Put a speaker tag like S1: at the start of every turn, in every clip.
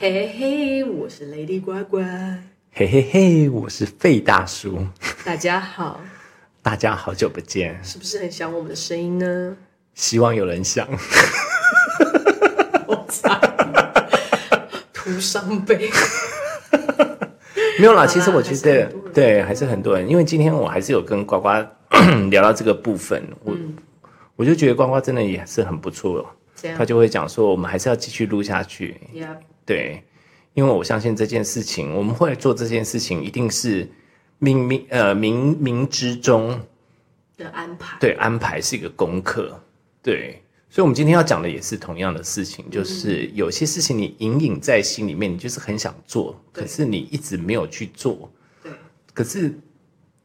S1: 哎呱呱，
S2: 嘿嘿嘿，我是费大叔，
S1: 大家好，
S2: 大家好久不见，
S1: 是不是很想我们的声音 呢？
S2: 希望有人想。
S1: 我操，徒伤 悲。
S2: 没有啦，
S1: 啦
S2: 其实我觉得
S1: 还是很多人
S2: 对，还是很多人，因为今天我还是有跟呱呱 聊到这个部分，我、我就觉得呱呱真的也是很不错，
S1: 嗯这样
S2: 他就会讲说我们还是要继续录下去，
S1: 呀，
S2: 对，因为我相信这件事情，我们会做这件事情一定是冥冥呃冥冥之中
S1: 的安排，
S2: 对安排是一个功课，对，所以我们今天要讲的也是同样的事情，就是
S1: 嗯
S2: 有些事情你隐隐在心里面，你就是很想做，
S1: 对
S2: 可是你一直没有去做，
S1: 对，
S2: 可是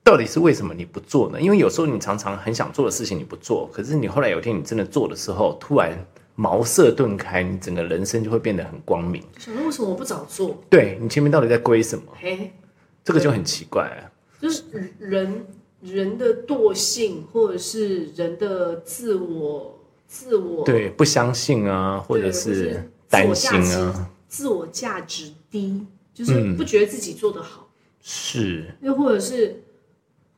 S2: 到底是为什么你不做呢？因为有时候你常常很想做的事情你不做，可是你后来有一天你真的做的时候，突然茅塞顿开，你整个人生就会变得很光明。
S1: 就想说为什么我不早做？
S2: 对你前面到底在归什么？
S1: 嘿，
S2: 这个就很奇怪、啊。
S1: 就是人人的惰性，或者是人的自我自我
S2: 对，不相信啊，或者
S1: 对
S2: 是
S1: 自
S2: 担
S1: 我
S2: 心
S1: 价值
S2: 啊，嗯
S1: 自我价值低，就是不觉得自己做得好，
S2: 是，
S1: 又或者是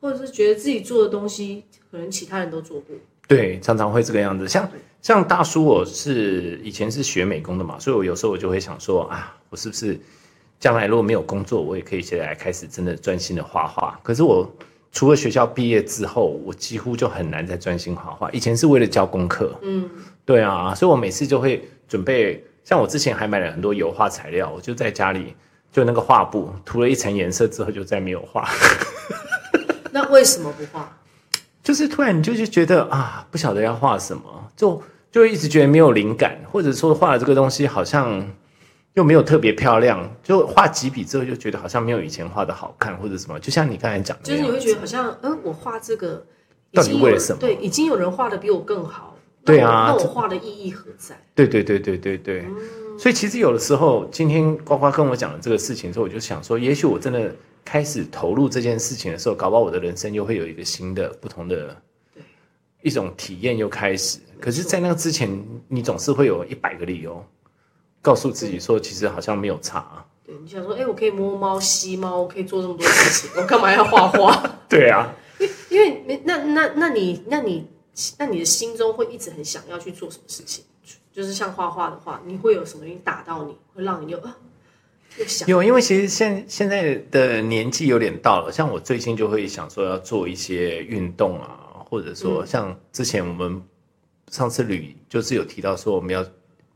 S1: 或者是觉得自己做的东西可能其他人都做过，
S2: 对，常常会这个样子。像像大叔，我是以前是学美工的嘛，所以我有时候我就会想说啊，我是不是将来如果没有工作，我也可以现在开始真的专心的画画。可是我除了学校毕业之后，我几乎就很难再专心画画。以前是为了交功课，
S1: 嗯，
S2: 对啊，所以我每次就会准备，像我之前还买了很多油画材料，我就在家里就那个画布涂了一层颜色之后，就再没有画。
S1: 那为什么不画？
S2: 就是突然你就是觉得啊，不晓得要画什么，就就会一直觉得没有灵感，或者说画了这个东西好像又没有特别漂亮，就画几笔之后就觉得好像没有以前画的好看，或者什么。就像你刚才讲的
S1: 就
S2: 那
S1: 是
S2: 样，
S1: 你会觉得好像，嗯，我画这个已
S2: 到底
S1: 经有
S2: 为了
S1: 人
S2: 什么
S1: 对，已经有人画的比我更好。
S2: 对啊
S1: 那我那
S2: 这
S1: 我画的意义何在？
S2: 对对对对对对。所以其实有的时候，今天呱呱跟我讲了这个事情之后，我就想说，也许我真的开始投入这件事情的时候，搞不好我的人生又会有一个新的、不同的
S1: 对
S2: 一种体验又开始。可是，在那个之前，你总是会有一百个理由告诉自己说，其实好像没有差、
S1: 对，你想说，哎、我可以摸猫、吸猫，我可以做这么多事情，我干嘛要画画？
S2: 对啊，
S1: 因为你那那那你那你那你的心中会一直很想要去做什么事情，就是像画画的话，你会有什么东西打到你，会让你就啊又想
S2: 有，因为其实现现在的年纪有点到了，像我最近就会想说要做一些运动啊，或者说像之前我们上次旅就是有提到说我们要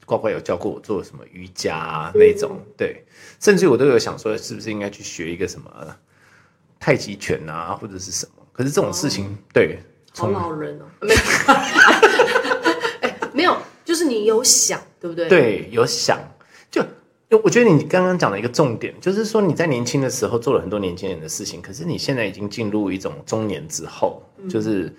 S2: 乖乖有教过我做什么瑜伽、啊、那种，对，甚至我都有想说是不是应该去学一个什么太极拳啊，或者是什么。可是这种事情，对，
S1: 好
S2: 从
S1: 老人哦、 没有，哎、没有，就是你有想，对不对？
S2: 对，有想就。我觉得你刚刚讲的一个重点，就是说你在年轻的时候做了很多年轻人的事情，可是你现在已经进入一种中年之后，
S1: 嗯
S2: 就是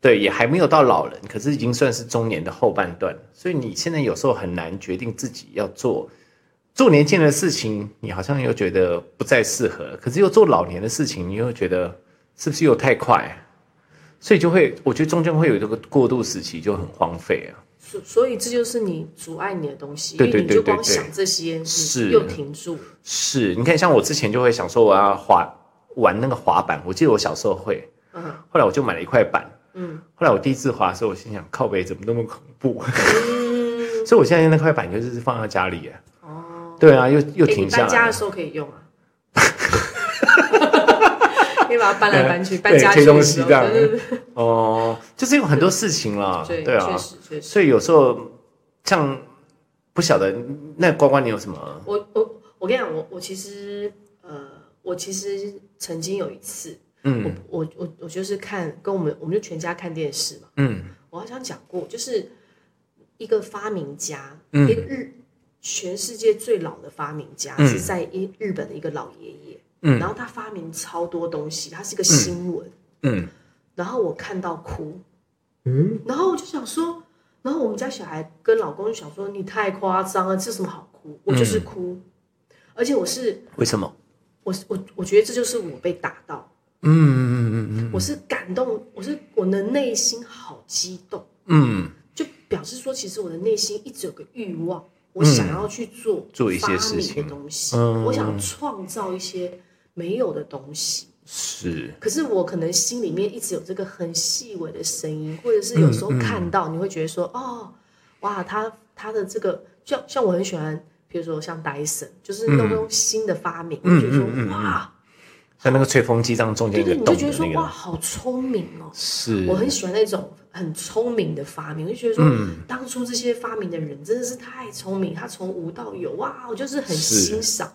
S2: 对，也还没有到老人，可是已经算是中年的后半段，所以你现在有时候很难决定自己要做做年轻人的事情，你好像又觉得不再适合，可是又做老年的事情，你又觉得是不是又太快，所以就会我觉得中间会有这个过渡时期就很荒废啊。
S1: 所所以这就是你阻碍你的东西，因
S2: 对
S1: 为你
S2: 对
S1: 就
S2: 对
S1: 光
S2: 对
S1: 想这些，
S2: 是
S1: 你又停住。嗯
S2: 是，你看，像我之前就会想说我要滑玩那个滑板，我记得我小时候会，
S1: 嗯
S2: 后来我就买了一块板，
S1: 嗯
S2: 后来我第一次滑的时候，我心想靠北怎么那么恐怖， 所以我现在那块板就是放在家里，啊
S1: 哦，
S2: 对啊，又又
S1: 诶你
S2: 停下
S1: 搬家
S2: 来
S1: 的
S2: 了，
S1: 时候可以用啊， 可以把它搬来搬去，
S2: 对
S1: 搬家具
S2: 推
S1: 的
S2: 东
S1: 时
S2: 西
S1: 候
S2: 这样
S1: 对对
S2: 哦、就是有很多事情啦，
S1: 对，
S2: 对啊
S1: 确，实确实。
S2: 所以有时候像不晓得那关关你有什么，
S1: 我我我跟你讲，我我其实呃，我其实曾经有一次，
S2: 嗯
S1: 我我我我就是看跟我们我们就全家看电视嘛。
S2: 嗯
S1: 我好像讲过，就是一个发明家，
S2: 嗯
S1: 一个日全世界最老的发明家、
S2: 嗯
S1: 是在一日本的一个老爷爷，
S2: 嗯
S1: 然后他发明超多东西，他是个新闻，
S2: 嗯
S1: 然后我看到哭，
S2: 嗯，
S1: 然后我就想说，然后我们家小孩跟老公就想说，你太夸张了，这有什么好哭？我
S2: 嗯
S1: 就是哭，而且我是
S2: 为什么？
S1: 我是我我觉得这就是我被打到，
S2: 嗯嗯嗯嗯
S1: 我是感动，我是我的内心好激动。
S2: 嗯
S1: 就表示说，其实我的内心一直有个欲望，我想要去做
S2: 嗯做一些
S1: 发明
S2: 事情
S1: 的东西，
S2: 嗯
S1: 我想创造一些没有的东西。
S2: 是
S1: 可是我可能心里面一直有这个很细微的声音，或者是有时
S2: 嗯
S1: 候看到，你会觉得说，哦，哇，他他的这个，像像我很喜欢，比如说像 Dyson，就是那种新的发明，
S2: 嗯
S1: 我就觉得说，
S2: 嗯嗯嗯
S1: 哇，
S2: 像那个吹风机这样中间
S1: 对
S2: 一个
S1: 对，你就
S2: 洞
S1: 觉
S2: 的
S1: 得说
S2: 那，
S1: 哇，
S2: 个，
S1: 好聪明哦。
S2: 是
S1: 我很喜欢那种很聪明的发明，我就觉得说，
S2: 嗯
S1: 当初这些发明的人真的是太聪明，他从无到有，哇，我就是很
S2: 是
S1: 欣赏。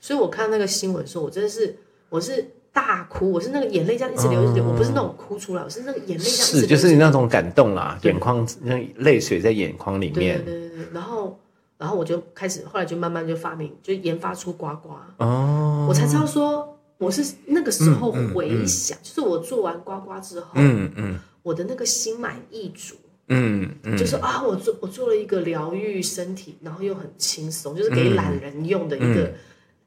S1: 所以我看那个新闻的时候，我真的是我是大哭，我是那个眼泪这样一直流，一直流，我不是那种哭出来，我是那个眼泪这样一直
S2: 嗯是
S1: 流，
S2: 就是
S1: 一直
S2: 那种感动啦，眼眶那泪水在眼眶里
S1: 流对
S2: 面
S1: 对对对对。然后然后我就开始，后来就慢慢就发明，就研发出呱呱，
S2: 哦，
S1: 我才知道说我是那个时候回想，就是我做完呱呱之后，
S2: 嗯嗯
S1: 我的那个心满意足。
S2: 嗯嗯，
S1: 就是啊，我做我做了一个疗愈身体，然后又很轻松，就是给懒人用的一个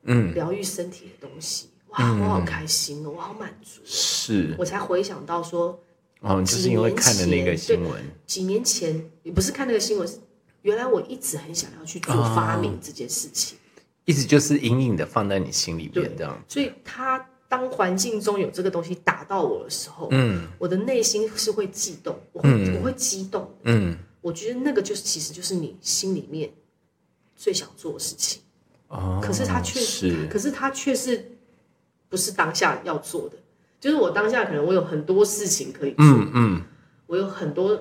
S2: 嗯
S1: 疗愈身体的东西。哇，我好开心哦，我好满足。
S2: 是
S1: 我才回想到说，
S2: 哦，就是因为看了那个新闻，
S1: 几年前也不是看那个新闻，是原来我一直很想要去做
S2: 啊
S1: 发明这件事情。
S2: 一直就是隐隐的放在你心里面
S1: 对
S2: 这样，
S1: 所以他当环境中有这个东西打到我的时候，
S2: 嗯
S1: 我的内心是会悸动，我会、我会激动。
S2: 嗯
S1: 我觉得那个就是其实就是你心里面最想做的事情。
S2: 哦，
S1: 可是他却
S2: 是
S1: 可是他却是不是当下要做的？就是我当下可能我有很多事情可以做，
S2: 嗯嗯
S1: 我有很多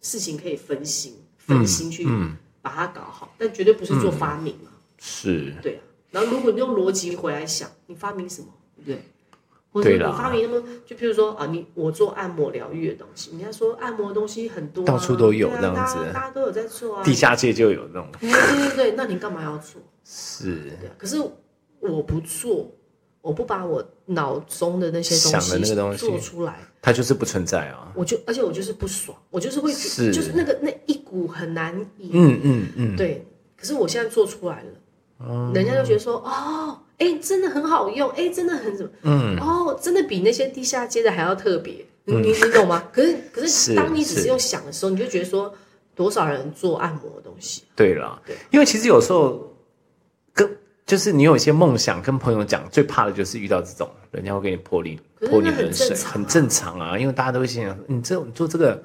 S1: 事情可以分心，分心去
S2: 嗯
S1: 把它搞好，但绝对不是做发明嘛，
S2: 是
S1: 对啊。然后如果你用逻辑回来想，你发明什么，对不对？或者
S2: 对
S1: 你
S2: 啦
S1: 发明那么，就譬如说啊，你我做按摩疗愈的东西，人家说按摩的东西很多、啊，
S2: 到处都有
S1: 对啊
S2: 这样
S1: 大家
S2: 子
S1: 大家都有在做啊。
S2: 地下界就有那种
S1: 对对对，那你干嘛要做？
S2: 是
S1: 对啊，可是我不做，我不把我脑中的那些东
S2: 想的那
S1: 西
S2: 个东西
S1: 做出来，
S2: 它就是不存在啊，
S1: 我就而且我就是不爽，我就是会
S2: 是
S1: 就是那个那一股很难以、
S2: 嗯嗯嗯，
S1: 对。可是我现在做出来了，人家就觉得说哦，哎、真的很好用，哎、真的很什么，嗯，哦，真的比那些地下街的还要特别，你你你懂吗？可是可
S2: 嗯是
S1: 是当你只
S2: 是
S1: 是用想的时候，你就觉得说多少人做按摩的东西，
S2: 对啦，因为其实有时候跟就是你有一些梦想，跟朋友讲，最怕的就是遇到这种人家会给你泼你
S1: 可是
S2: 泼你
S1: 那很
S2: 冷水，
S1: 正常啊
S2: 很正常啊，因为大家都会心想你这你做这个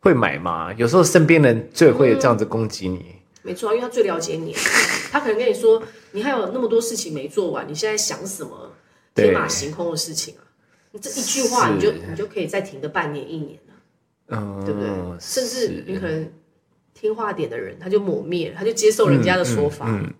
S2: 会买吗？有时候身边人最会这样子攻击你，
S1: 没错啊，因为他最了解你，他可能跟你说，你还有那么多事情没做完，你现在想什么
S2: 对
S1: 天马行空的事情啊？你这一句话，
S2: 是
S1: 你就你就可以再停个半年一年了，
S2: 嗯，
S1: 对不对？甚至
S2: 是
S1: 你可能听话点的人，他就抹灭了，他就接受人家的说法。
S2: 嗯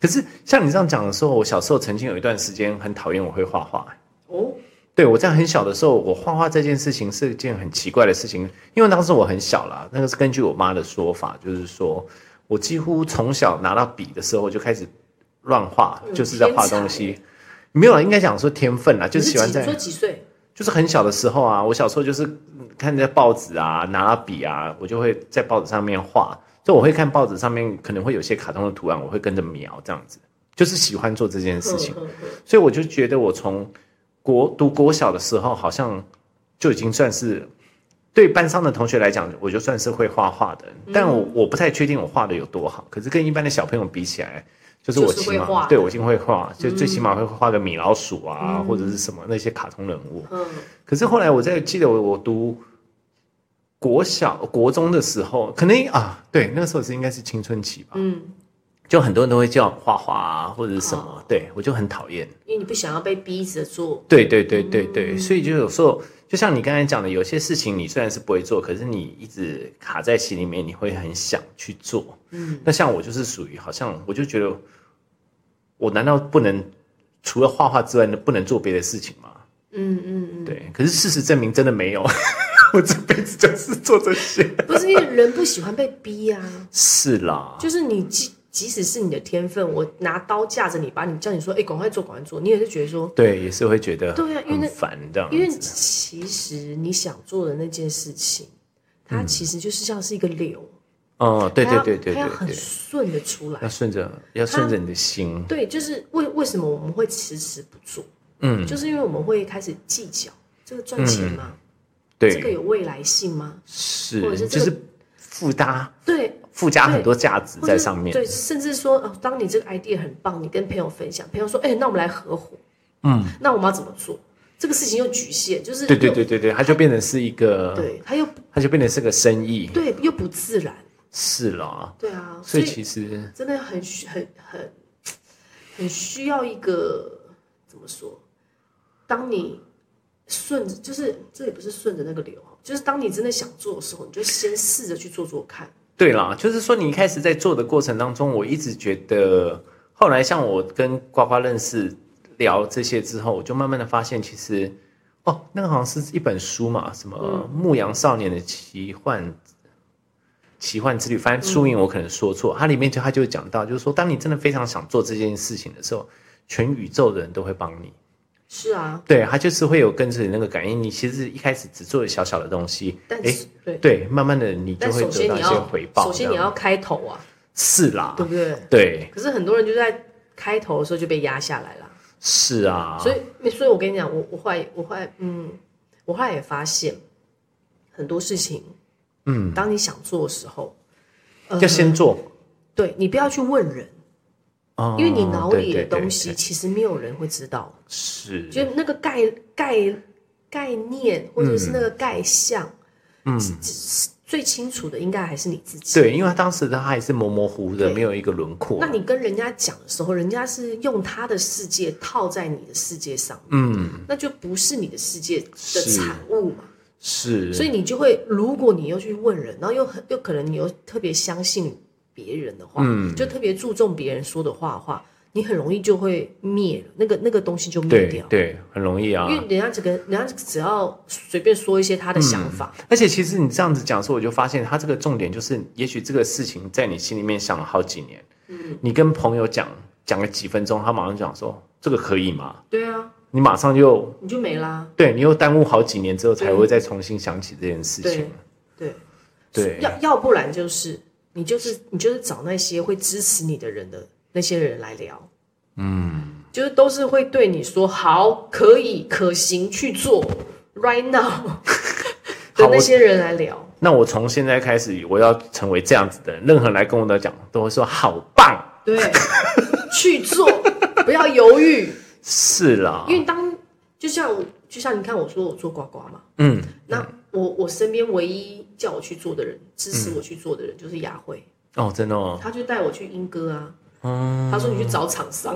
S2: 可是像你这样讲的时候，我小时候曾经有一段时间很讨厌我会画画、
S1: 哦，
S2: 对我在很小的时候，我画画这件事情是一件很奇怪的事情，因为当时我很小啦，那个是根据我妈的说法，就是说我几乎从小拿到笔的时候我就开始乱画，
S1: 嗯
S2: 就是在画
S1: 天才
S2: 东西。没有啦，应该讲说天分啦，就
S1: 你是
S2: 是喜欢
S1: 几
S2: 在
S1: 你说几岁？
S2: 就是很小的时候啊，我小时候就是嗯看着报纸啊，拿到笔啊，我就会在报纸上面画。就我会看报纸上面可能会有些卡通的图案，我会跟着描这样子，就是喜欢做这件事情。
S1: 嗯嗯嗯
S2: 所以我就觉得我从国读国小的时候，好像就已经算是对班上的同学来讲，我就算是会画画的。但我我不太确定我画的有多好，可是跟一般的小朋友比起来，就是我
S1: 就是
S2: 起码、
S1: 会画
S2: 对我已经会画，就最起码会画个米老鼠啊，或者是什么那些卡通人物。
S1: 嗯，
S2: 可是后来我在记得我我读国小国中的时候，可能啊，对，那个时候是应该是青春期吧。
S1: 嗯，
S2: 就很多人都会叫我画画啊，或者是什么，
S1: 哦
S2: 对我就很讨厌。
S1: 因为你不想要被逼着做，
S2: 对对对对对，所以就有时候，就像你刚才讲的，有些事情你虽然是不会做，可是你一直卡在心里面，你会很想去做。嗯，那像我就是属于，好像我就觉得，我难道不能除了画画之外，不能做别的事情吗？
S1: 嗯嗯嗯，
S2: 对，可是事实证明真的没有， 我这辈子就是做这些。
S1: 嗯不是因为人不喜欢被逼啊。
S2: 是啦，
S1: 就是你即即使是你的天分，我拿刀架着你，把你叫你说，哎、赶快做，赶快做，你也是觉得说，
S2: 对，也是会觉得
S1: 对啊因为那
S2: 很烦这样
S1: 因为
S2: 子。
S1: 其实你想做的那件事情，它其实就是像是一个流，
S2: 哦，嗯对
S1: 它
S2: 对
S1: 要
S2: 对对
S1: 它
S2: 对
S1: 要很
S2: 对，
S1: 顺的出
S2: 要
S1: 来。
S2: 顺着要顺着你的心，
S1: 对，就是为为什么我们会迟迟不做，
S2: 嗯，
S1: 就是因为我们会开始计较这个赚钱吗？
S2: 对，
S1: 这个有未来性吗？
S2: 是，
S1: 或者是这
S2: 就
S1: 个
S2: 是附搭
S1: 对，
S2: 附加很多价值
S1: 或
S2: 在
S1: 是
S2: 上面。
S1: 对，甚至说，哦，当你这个 idea 很棒，你跟朋友分享，朋友说，哎、那我们来合伙，嗯，那我们要怎么做？这个事情又局限，就是
S2: 对对
S1: 又
S2: 对对对，它就变成是一个，
S1: 对，他又
S2: 它就变成是个生意，
S1: 对又不自然，
S2: 是啦。
S1: 对啊，所
S2: 所以
S1: 以
S2: 其实
S1: 真的很需很很很需要一个怎么说？当你顺着，就是这也不是顺着那个流哦，就是当你真的想做的时候，你就先试着去做做看。
S2: 对啦，就是说你一开始在做的过程当中，我一直觉得，后来像我跟呱呱认识聊这些之后，我就慢慢的发现，其实哦，那个好像是一本书嘛，什么
S1: 嗯
S2: 《牧羊少年的奇幻》。奇幻之旅，反
S1: 嗯
S2: 正书名我可能说错，它里面就它就讲到，就是说，当你真的非常想做这件事情的时候，全宇宙的人都会帮你。
S1: 是啊，
S2: 对，它就是会有跟着你那个感应。你其实一开始只做了小小的东西，
S1: 但
S2: 诶
S1: 是对，
S2: 对，慢慢的你就
S1: 但
S2: 会
S1: 首
S2: 得
S1: 先
S2: 到
S1: 你
S2: 一些
S1: 要
S2: 回报。
S1: 首先
S2: 这
S1: 你
S2: 样
S1: 要开头啊，
S2: 是啦，
S1: 对不对？
S2: 对，
S1: 可是很多人就在开头的时候就被压下来了，
S2: 是啊，
S1: 所以，所以我跟你讲，我我后来我后来嗯，我后来也发现很多事情，嗯，当你想做的时候，呃
S2: 要先做，
S1: 对你不要去问人，
S2: 哦
S1: 因为你脑里
S2: 对
S1: 的
S2: 对对
S1: 东西
S2: 对
S1: 其实没有人会知道，
S2: 是
S1: 就是那个概概概念或者是那个概象，嗯，最清楚的应该还是你自己。
S2: 对，因为他当时他还是模模糊糊的，
S1: 对
S2: 没有一个轮廓
S1: 那。你跟人家讲的时候，人家是用他的世界套在你的世界上，
S2: 嗯，
S1: 那就不是你的世界的
S2: 是
S1: 产物嘛。
S2: 是，
S1: 所以你就会，如果你又去问人，然后又很又可能你又特别相信别人的话，就特别注重别人说的话的话，你很容易就会灭了那个那个东西就灭
S2: 对
S1: 掉，
S2: 对，很容易啊。
S1: 因为人家只跟人家只要随便说一些他的想法，
S2: 而且其实你这样子讲说，我就发现他这个重点就是，也许这个事情在你心里面想了好几年，
S1: 嗯
S2: 你跟朋友讲讲了几分钟，他马上讲说这个可以吗？
S1: 对啊，
S2: 你马上就
S1: 你就没啦，
S2: 对你又耽误好几年之后，才会再重新想起这件事
S1: 嗯对
S2: 情。
S1: 对，
S2: 对，
S1: 要要不然就是你就是你就是找那些会支持你的人的那些人来聊，嗯，就是都是会对你说好可以可行去做 right now 的
S2: 好
S1: 那
S2: 我
S1: 些人来聊。
S2: 那我从现在开始，我要成为这样子的人，任何人来跟我的讲，都会说好棒，
S1: 对，去做，不要犹豫，
S2: 是啦
S1: 因，为当就像我就像你看我说我做呱呱嘛，
S2: 嗯，嗯
S1: 那我我身边唯一叫我去做的人，支持我去做的人就是雅慧，
S2: 哦，真的哦，
S1: 他就带我去英歌啊，
S2: 嗯
S1: 他说你去找厂 商，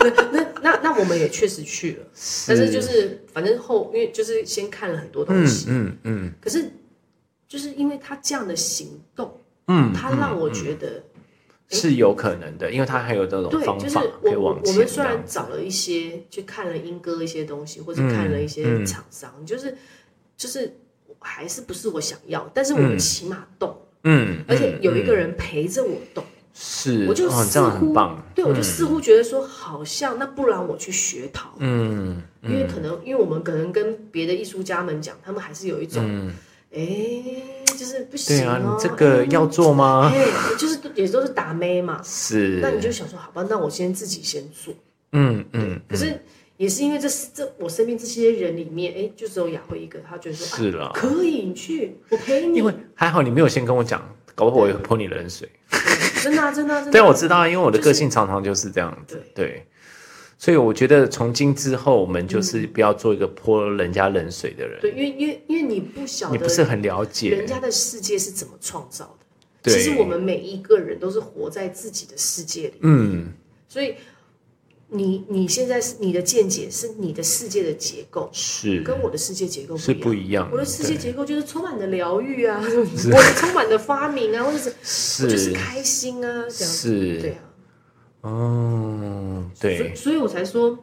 S1: 那那那那我们也确实去了，但是就是反正后因为就是先看了很多东
S2: 嗯
S1: 西，
S2: 嗯嗯，
S1: 可是就是因为他这样的行动，嗯，他让我觉得。
S2: 是有可能的，因为他嗯还有这种
S1: 对，
S2: 方
S1: 就是
S2: 法可以
S1: 我我
S2: 往
S1: 我
S2: 前
S1: 们虽
S2: 这样
S1: 然找了一些去看了英歌一些东西，或者看了一
S2: 嗯
S1: 些厂商，就是就是还是不是我想要，但是我们起码动，
S2: 嗯，
S1: 而且
S2: 嗯
S1: 有一个人陪着我动，
S2: 是，
S1: 我就
S2: 哦，这
S1: 似
S2: 样
S1: 乎、
S2: 很棒，
S1: 对我就似乎觉得说好像那不然我去学陶，
S2: 嗯，
S1: 因为可能因为我们可能跟别的艺术家们讲，他们还是有一种，哎、就是不
S2: 嗯对
S1: 行
S2: 啊，
S1: 哦，
S2: 你这个要做吗？
S1: 哎、就是都也都是打妹嘛，
S2: 是，
S1: 那你就想说好吧，那我先自己先做。
S2: 嗯嗯，
S1: 可是也是因为这这我身边这些人里面，哎，就只有雅慧一个，她觉得说
S2: 是
S1: 啊，
S2: 啦，
S1: 可以你去，我陪你
S2: 因，为还好你没有先跟我讲，搞不好我也会泼你冷水。
S1: 真的啊真的啊真的
S2: 对，
S1: 啊。
S2: 我知道啊，因为我的
S1: 就是
S2: 个性常常就是这样子，对。所以我觉得从今之后，我
S1: 嗯
S2: 们就是不要做一个泼人家冷水的人。
S1: 对，因为因为因为你不晓
S2: 你
S1: 得
S2: 不是很了
S1: 人
S2: 解，
S1: 家的世界是怎么创造的。
S2: 对
S1: 其实我们每一个人都是活在自己的世界里，
S2: 嗯，
S1: 所以你你现在是你的见解是你的世界的结构，
S2: 是
S1: 跟我的世界结构
S2: 是
S1: 不
S2: 不
S1: 一样。
S2: 一样。
S1: 我的世界
S2: 对
S1: 结构就是充满了疗愈啊，我的充满了发明啊，或者是我就是
S2: 是
S1: 开心啊，这样对
S2: 是，
S1: 啊。
S2: 嗯，
S1: 所
S2: 对
S1: 以，所以我才说，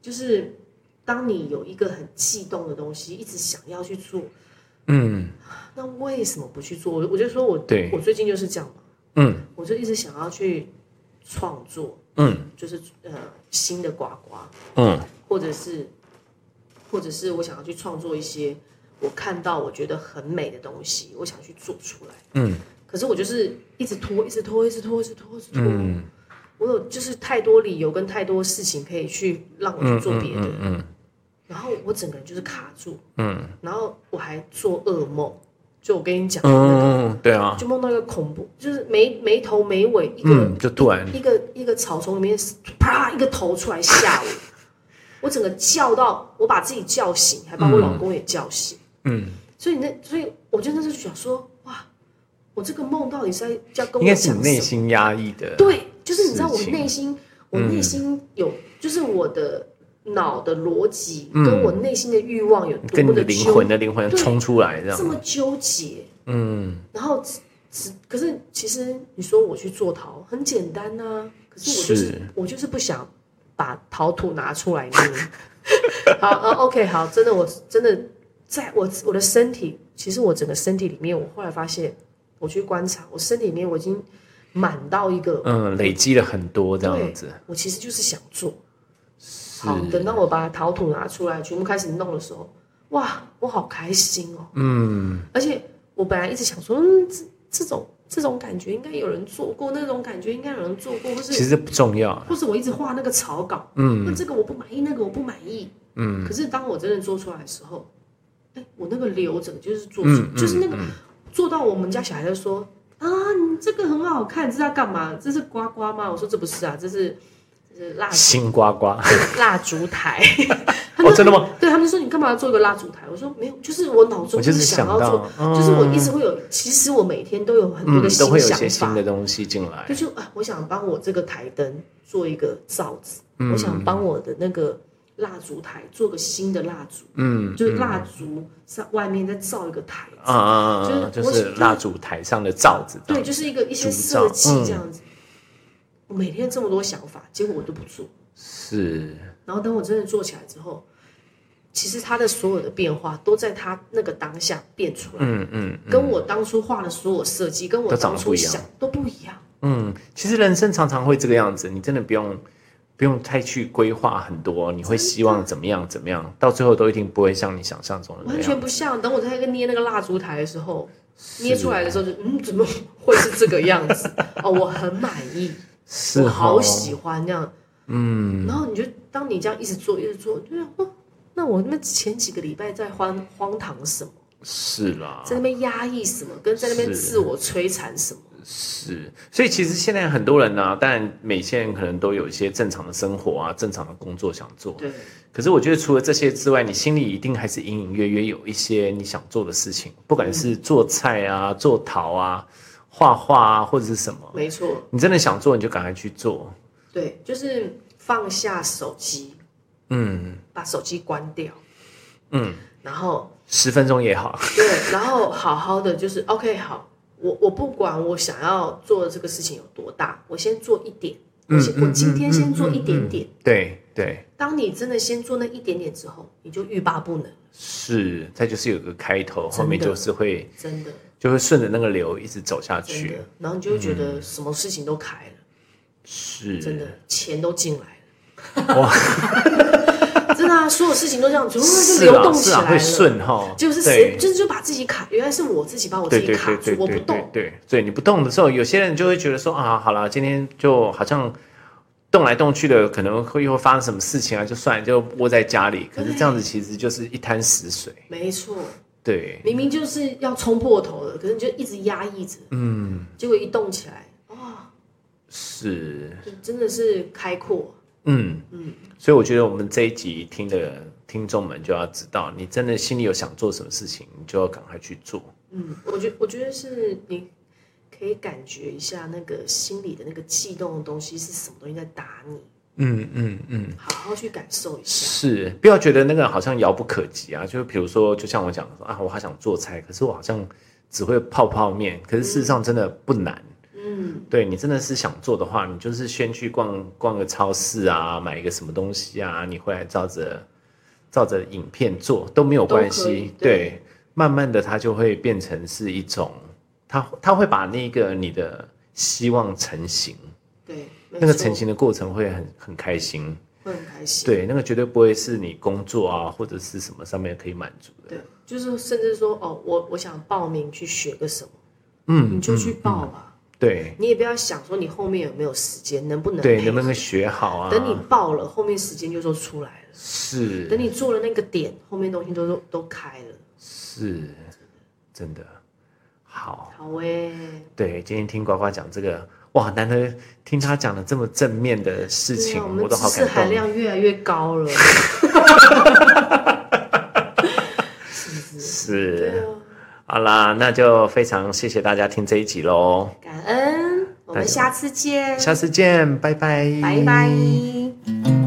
S1: 就是当你有一个很悸动的东西，一直想要去做，
S2: 嗯
S1: 那为什么不去做？我我就说我
S2: 对
S1: 我最近就是这样嘛，
S2: 嗯
S1: 我就一直想要去创作，
S2: 嗯
S1: 就是呃新的呱呱，
S2: 嗯，
S1: 或者是或者是我想要去创作一些我看到我觉得很美的东西，我想去做出来。
S2: 嗯，
S1: 可是我就是一直拖，一直拖，一直拖，一直拖，一直拖。
S2: 嗯
S1: 我有就是太多理由跟太多事情可以去让我
S2: 嗯
S1: 去做别的，
S2: 嗯
S1: 然后我整个人就是卡住，嗯，然后我还做噩梦，就我跟你讲，
S2: 嗯，对啊，
S1: 就梦到一个恐怖，就是没没头没尾，一个、
S2: 嗯，就突然
S1: 一个一个草丛里面啪一个头出来吓我，我整个叫到我把自己叫醒，还把我老公也叫醒。
S2: 嗯，
S1: 所以那所以我就那时候就想说，哇，我这个梦到底是在要跟
S2: 应
S1: 我
S2: 该是
S1: 讲什
S2: 你内
S1: 么？
S2: 心压抑的，
S1: 对，就是你知道我
S2: 事情
S1: 内心，我
S2: 嗯
S1: 内心有，就是我的脑的逻辑
S2: 嗯
S1: 跟我内心的欲望有多
S2: 跟
S1: 么
S2: 你
S1: 的
S2: 的灵魂
S1: 纠
S2: 的灵魂
S1: 对
S2: 冲出来这
S1: 这么
S2: 样，
S1: 纠结，
S2: 嗯，
S1: 然后只只可是其实你说我去做陶很简单呐、可是我就是
S2: 是
S1: 我就是不想把陶土拿出来捏。 好，呃，OK，好，真的我真的在我我的身体，其实我整个身体里面，我后来发现，我去观察我身体里面，我已经满到一个，
S2: 嗯，累积了很多这样子，
S1: 我其实就是想做。好，等到我把陶土拿出来，全部开始弄的时候，哇，我好开心哦！
S2: 嗯，
S1: 而且我本来一直想说，嗯，这这种这种感觉应该有人做过，那种感觉应该有人做过，或
S2: 其
S1: 是
S2: 实不重要，
S1: 或是我一直画那个草稿，那
S2: 嗯
S1: 这个我不满意，那个我不满意。
S2: 嗯
S1: 可是当我真的做出来的时候，哎，我那个流整个就是做出，
S2: 嗯，
S1: 就是那个
S2: 个，
S1: 做到我们家小孩就说啊，你这个很好看，这是要干嘛？这是呱呱吗？我说这不是啊，这是这是蜡烛
S2: 心呱呱，
S1: 蜡烛 台。他们
S2: 哦，真的吗？
S1: 对他们就说你干嘛要做一个蜡烛台？我说没有，就是我脑中
S2: 我就是
S1: 想要
S2: 到
S1: 做，，就是我一直会有，其实我每天都有很多
S2: 嗯
S1: 的，
S2: 都会有一些
S1: 想
S2: 新
S1: 法，
S2: 的东西进来
S1: 就，是啊，我想帮我这个台灯做一个罩子，
S2: 嗯
S1: 我想帮我的那个蜡烛台做个新的蜡烛，
S2: 嗯，
S1: 就是蜡烛上外面再罩一个台子，
S2: 啊啊啊啊，
S1: 就
S2: 就是
S1: 我
S2: 是蜡烛台上的罩子，这
S1: 对，
S2: 样，
S1: 就是一个一些
S2: 烛
S1: 设
S2: 罩
S1: 计
S2: 嗯
S1: 这样子。我每天这么多想法，结果我都不做，
S2: 是，
S1: 然后等我真的做起来之后，其实它的所有的变化都在它那个当下变出来，
S2: 嗯嗯
S1: 跟我当初画的所有设计，跟我
S2: 都长
S1: 当
S2: 得
S1: 初
S2: 不一样
S1: 想都不一样。
S2: 嗯，其实人生常常会这个样子，你真的不用不用太去规划很多，你会希望怎么样怎么样，到最后都一定不会像你想象中的那
S1: 完
S2: 样。
S1: 全不像。等我在那个捏那个蜡烛台的时候，捏出来的
S2: 啊
S1: 时候就嗯，怎么会是这个样子？哦，我很满意，
S2: 是
S1: 我好
S2: 哦
S1: 喜欢那样。嗯，然后你就当你这样一直做，一直做，就想哦，那我那前几个礼拜在荒荒唐什么，
S2: 是啦，
S1: 在那边压抑什么，跟在那边
S2: 啊是
S1: 自我摧残什么。
S2: 是，所以其实现在很多人呢、啊，当然每些人可能都有一些正常的生活啊，正常的工作想做，
S1: 对，
S2: 可是我觉得除了这些之外，你心里一定还是隐隐约约有一些你想做的事情，不管是做菜啊、做陶啊、画画啊，或者是什么，
S1: 没错，
S2: 你真的想做你就赶快去做。
S1: 对，就是放下手机，
S2: 嗯，
S1: 把手机关掉。嗯，然后
S2: 十分钟也好，
S1: 对，然后好好的就是 OK，好，我我不管我想要做的这个事情有多大，我先做一点，
S2: 嗯
S1: 我先、我今天先做一点点。
S2: 对对，
S1: 当你真的先做那一点点之后，你就欲罢不能，
S2: 是，它就是有个开头，
S1: 的
S2: 后面就是会
S1: 真的
S2: 就会顺着那个流一直走下
S1: 真
S2: 去
S1: 的，，然后你就会觉得什么事情都开了，
S2: 嗯是
S1: 真的钱都进来 了，哇，真的啊，所有事情都这样，突然就是流动
S2: 啊
S1: 起
S2: 是
S1: 来
S2: 啊，
S1: 了，
S2: 会顺哈，
S1: 就是谁
S2: 对
S1: 就是就把自己卡，原来是我自己把我自
S2: 对
S1: 己
S2: 对
S1: 卡
S2: 对
S1: 住
S2: 对，
S1: 我不
S2: 对对
S1: 动，
S2: 对，对你不动的时候，有些人就会觉得说啊，好了，今天就好像。动来动去的，可能会又会发生什么事情啊？就算了就窝在家里。可是这样子其实就是一滩死水。
S1: 没错，
S2: 对，
S1: 明明就是要冲破头了，可是你就一直压抑着，嗯，结果一动起来，哇，
S2: 是，
S1: 就真的是开阔，
S2: 嗯
S1: 嗯，
S2: 所以我觉得我们这一集听的听众们就要知道，你真的心里有想做什么事情，你就要赶快去做。
S1: 嗯，我觉我觉得是你可以感觉一下那个心里的那个悸动的东西是什么东西在打你，
S2: 嗯嗯嗯，
S1: 好好去感受一下，
S2: 是，不要觉得那个好像遥不可及啊。就是比如说，就像我讲的说啊，我好想做菜，可是我好像只会泡泡面，可是事实上真的不难。
S1: 嗯，
S2: 对你真的是想做的话，你就是先去逛逛个超市啊，买一个什么东西啊，你回来照着照着影片做都没有关
S1: 都可以
S2: 系。
S1: 对
S2: 对，慢慢的它就会变成是一种，它它会把那个你的希望成型，
S1: 对，没
S2: 那个
S1: 错
S2: 成型的过程会很很开心。
S1: 会很开心，
S2: 对，那个绝对不会是你工作啊或者是什么上面可以满足的。
S1: 对，就是甚至说哦，我我想报名去学个什么，嗯，你就去报吧，
S2: 对
S1: 你也不要想说你后面有没有时间，能不能
S2: 对，
S1: 配
S2: 能不
S1: 合
S2: 能学好啊？
S1: 等你报了，后面时间就都出来了。
S2: 是
S1: 等你做了那个点，后面东西都都都开了。
S2: 是，真的。好，
S1: 好诶、
S2: 对，今天听呱呱讲这个，哇，难得听他讲的这么正面的事
S1: 对
S2: 情，
S1: 啊，我
S2: 我
S1: 们
S2: 都
S1: 知
S2: 好
S1: 识
S2: 感
S1: 含
S2: 动。
S1: 量越来越高了，是不是？对
S2: 是，
S1: 啊，
S2: 好啦，那就非常谢谢大家听这一集喽，
S1: 感恩，我们下次见，
S2: 下次见，拜拜，
S1: 拜拜。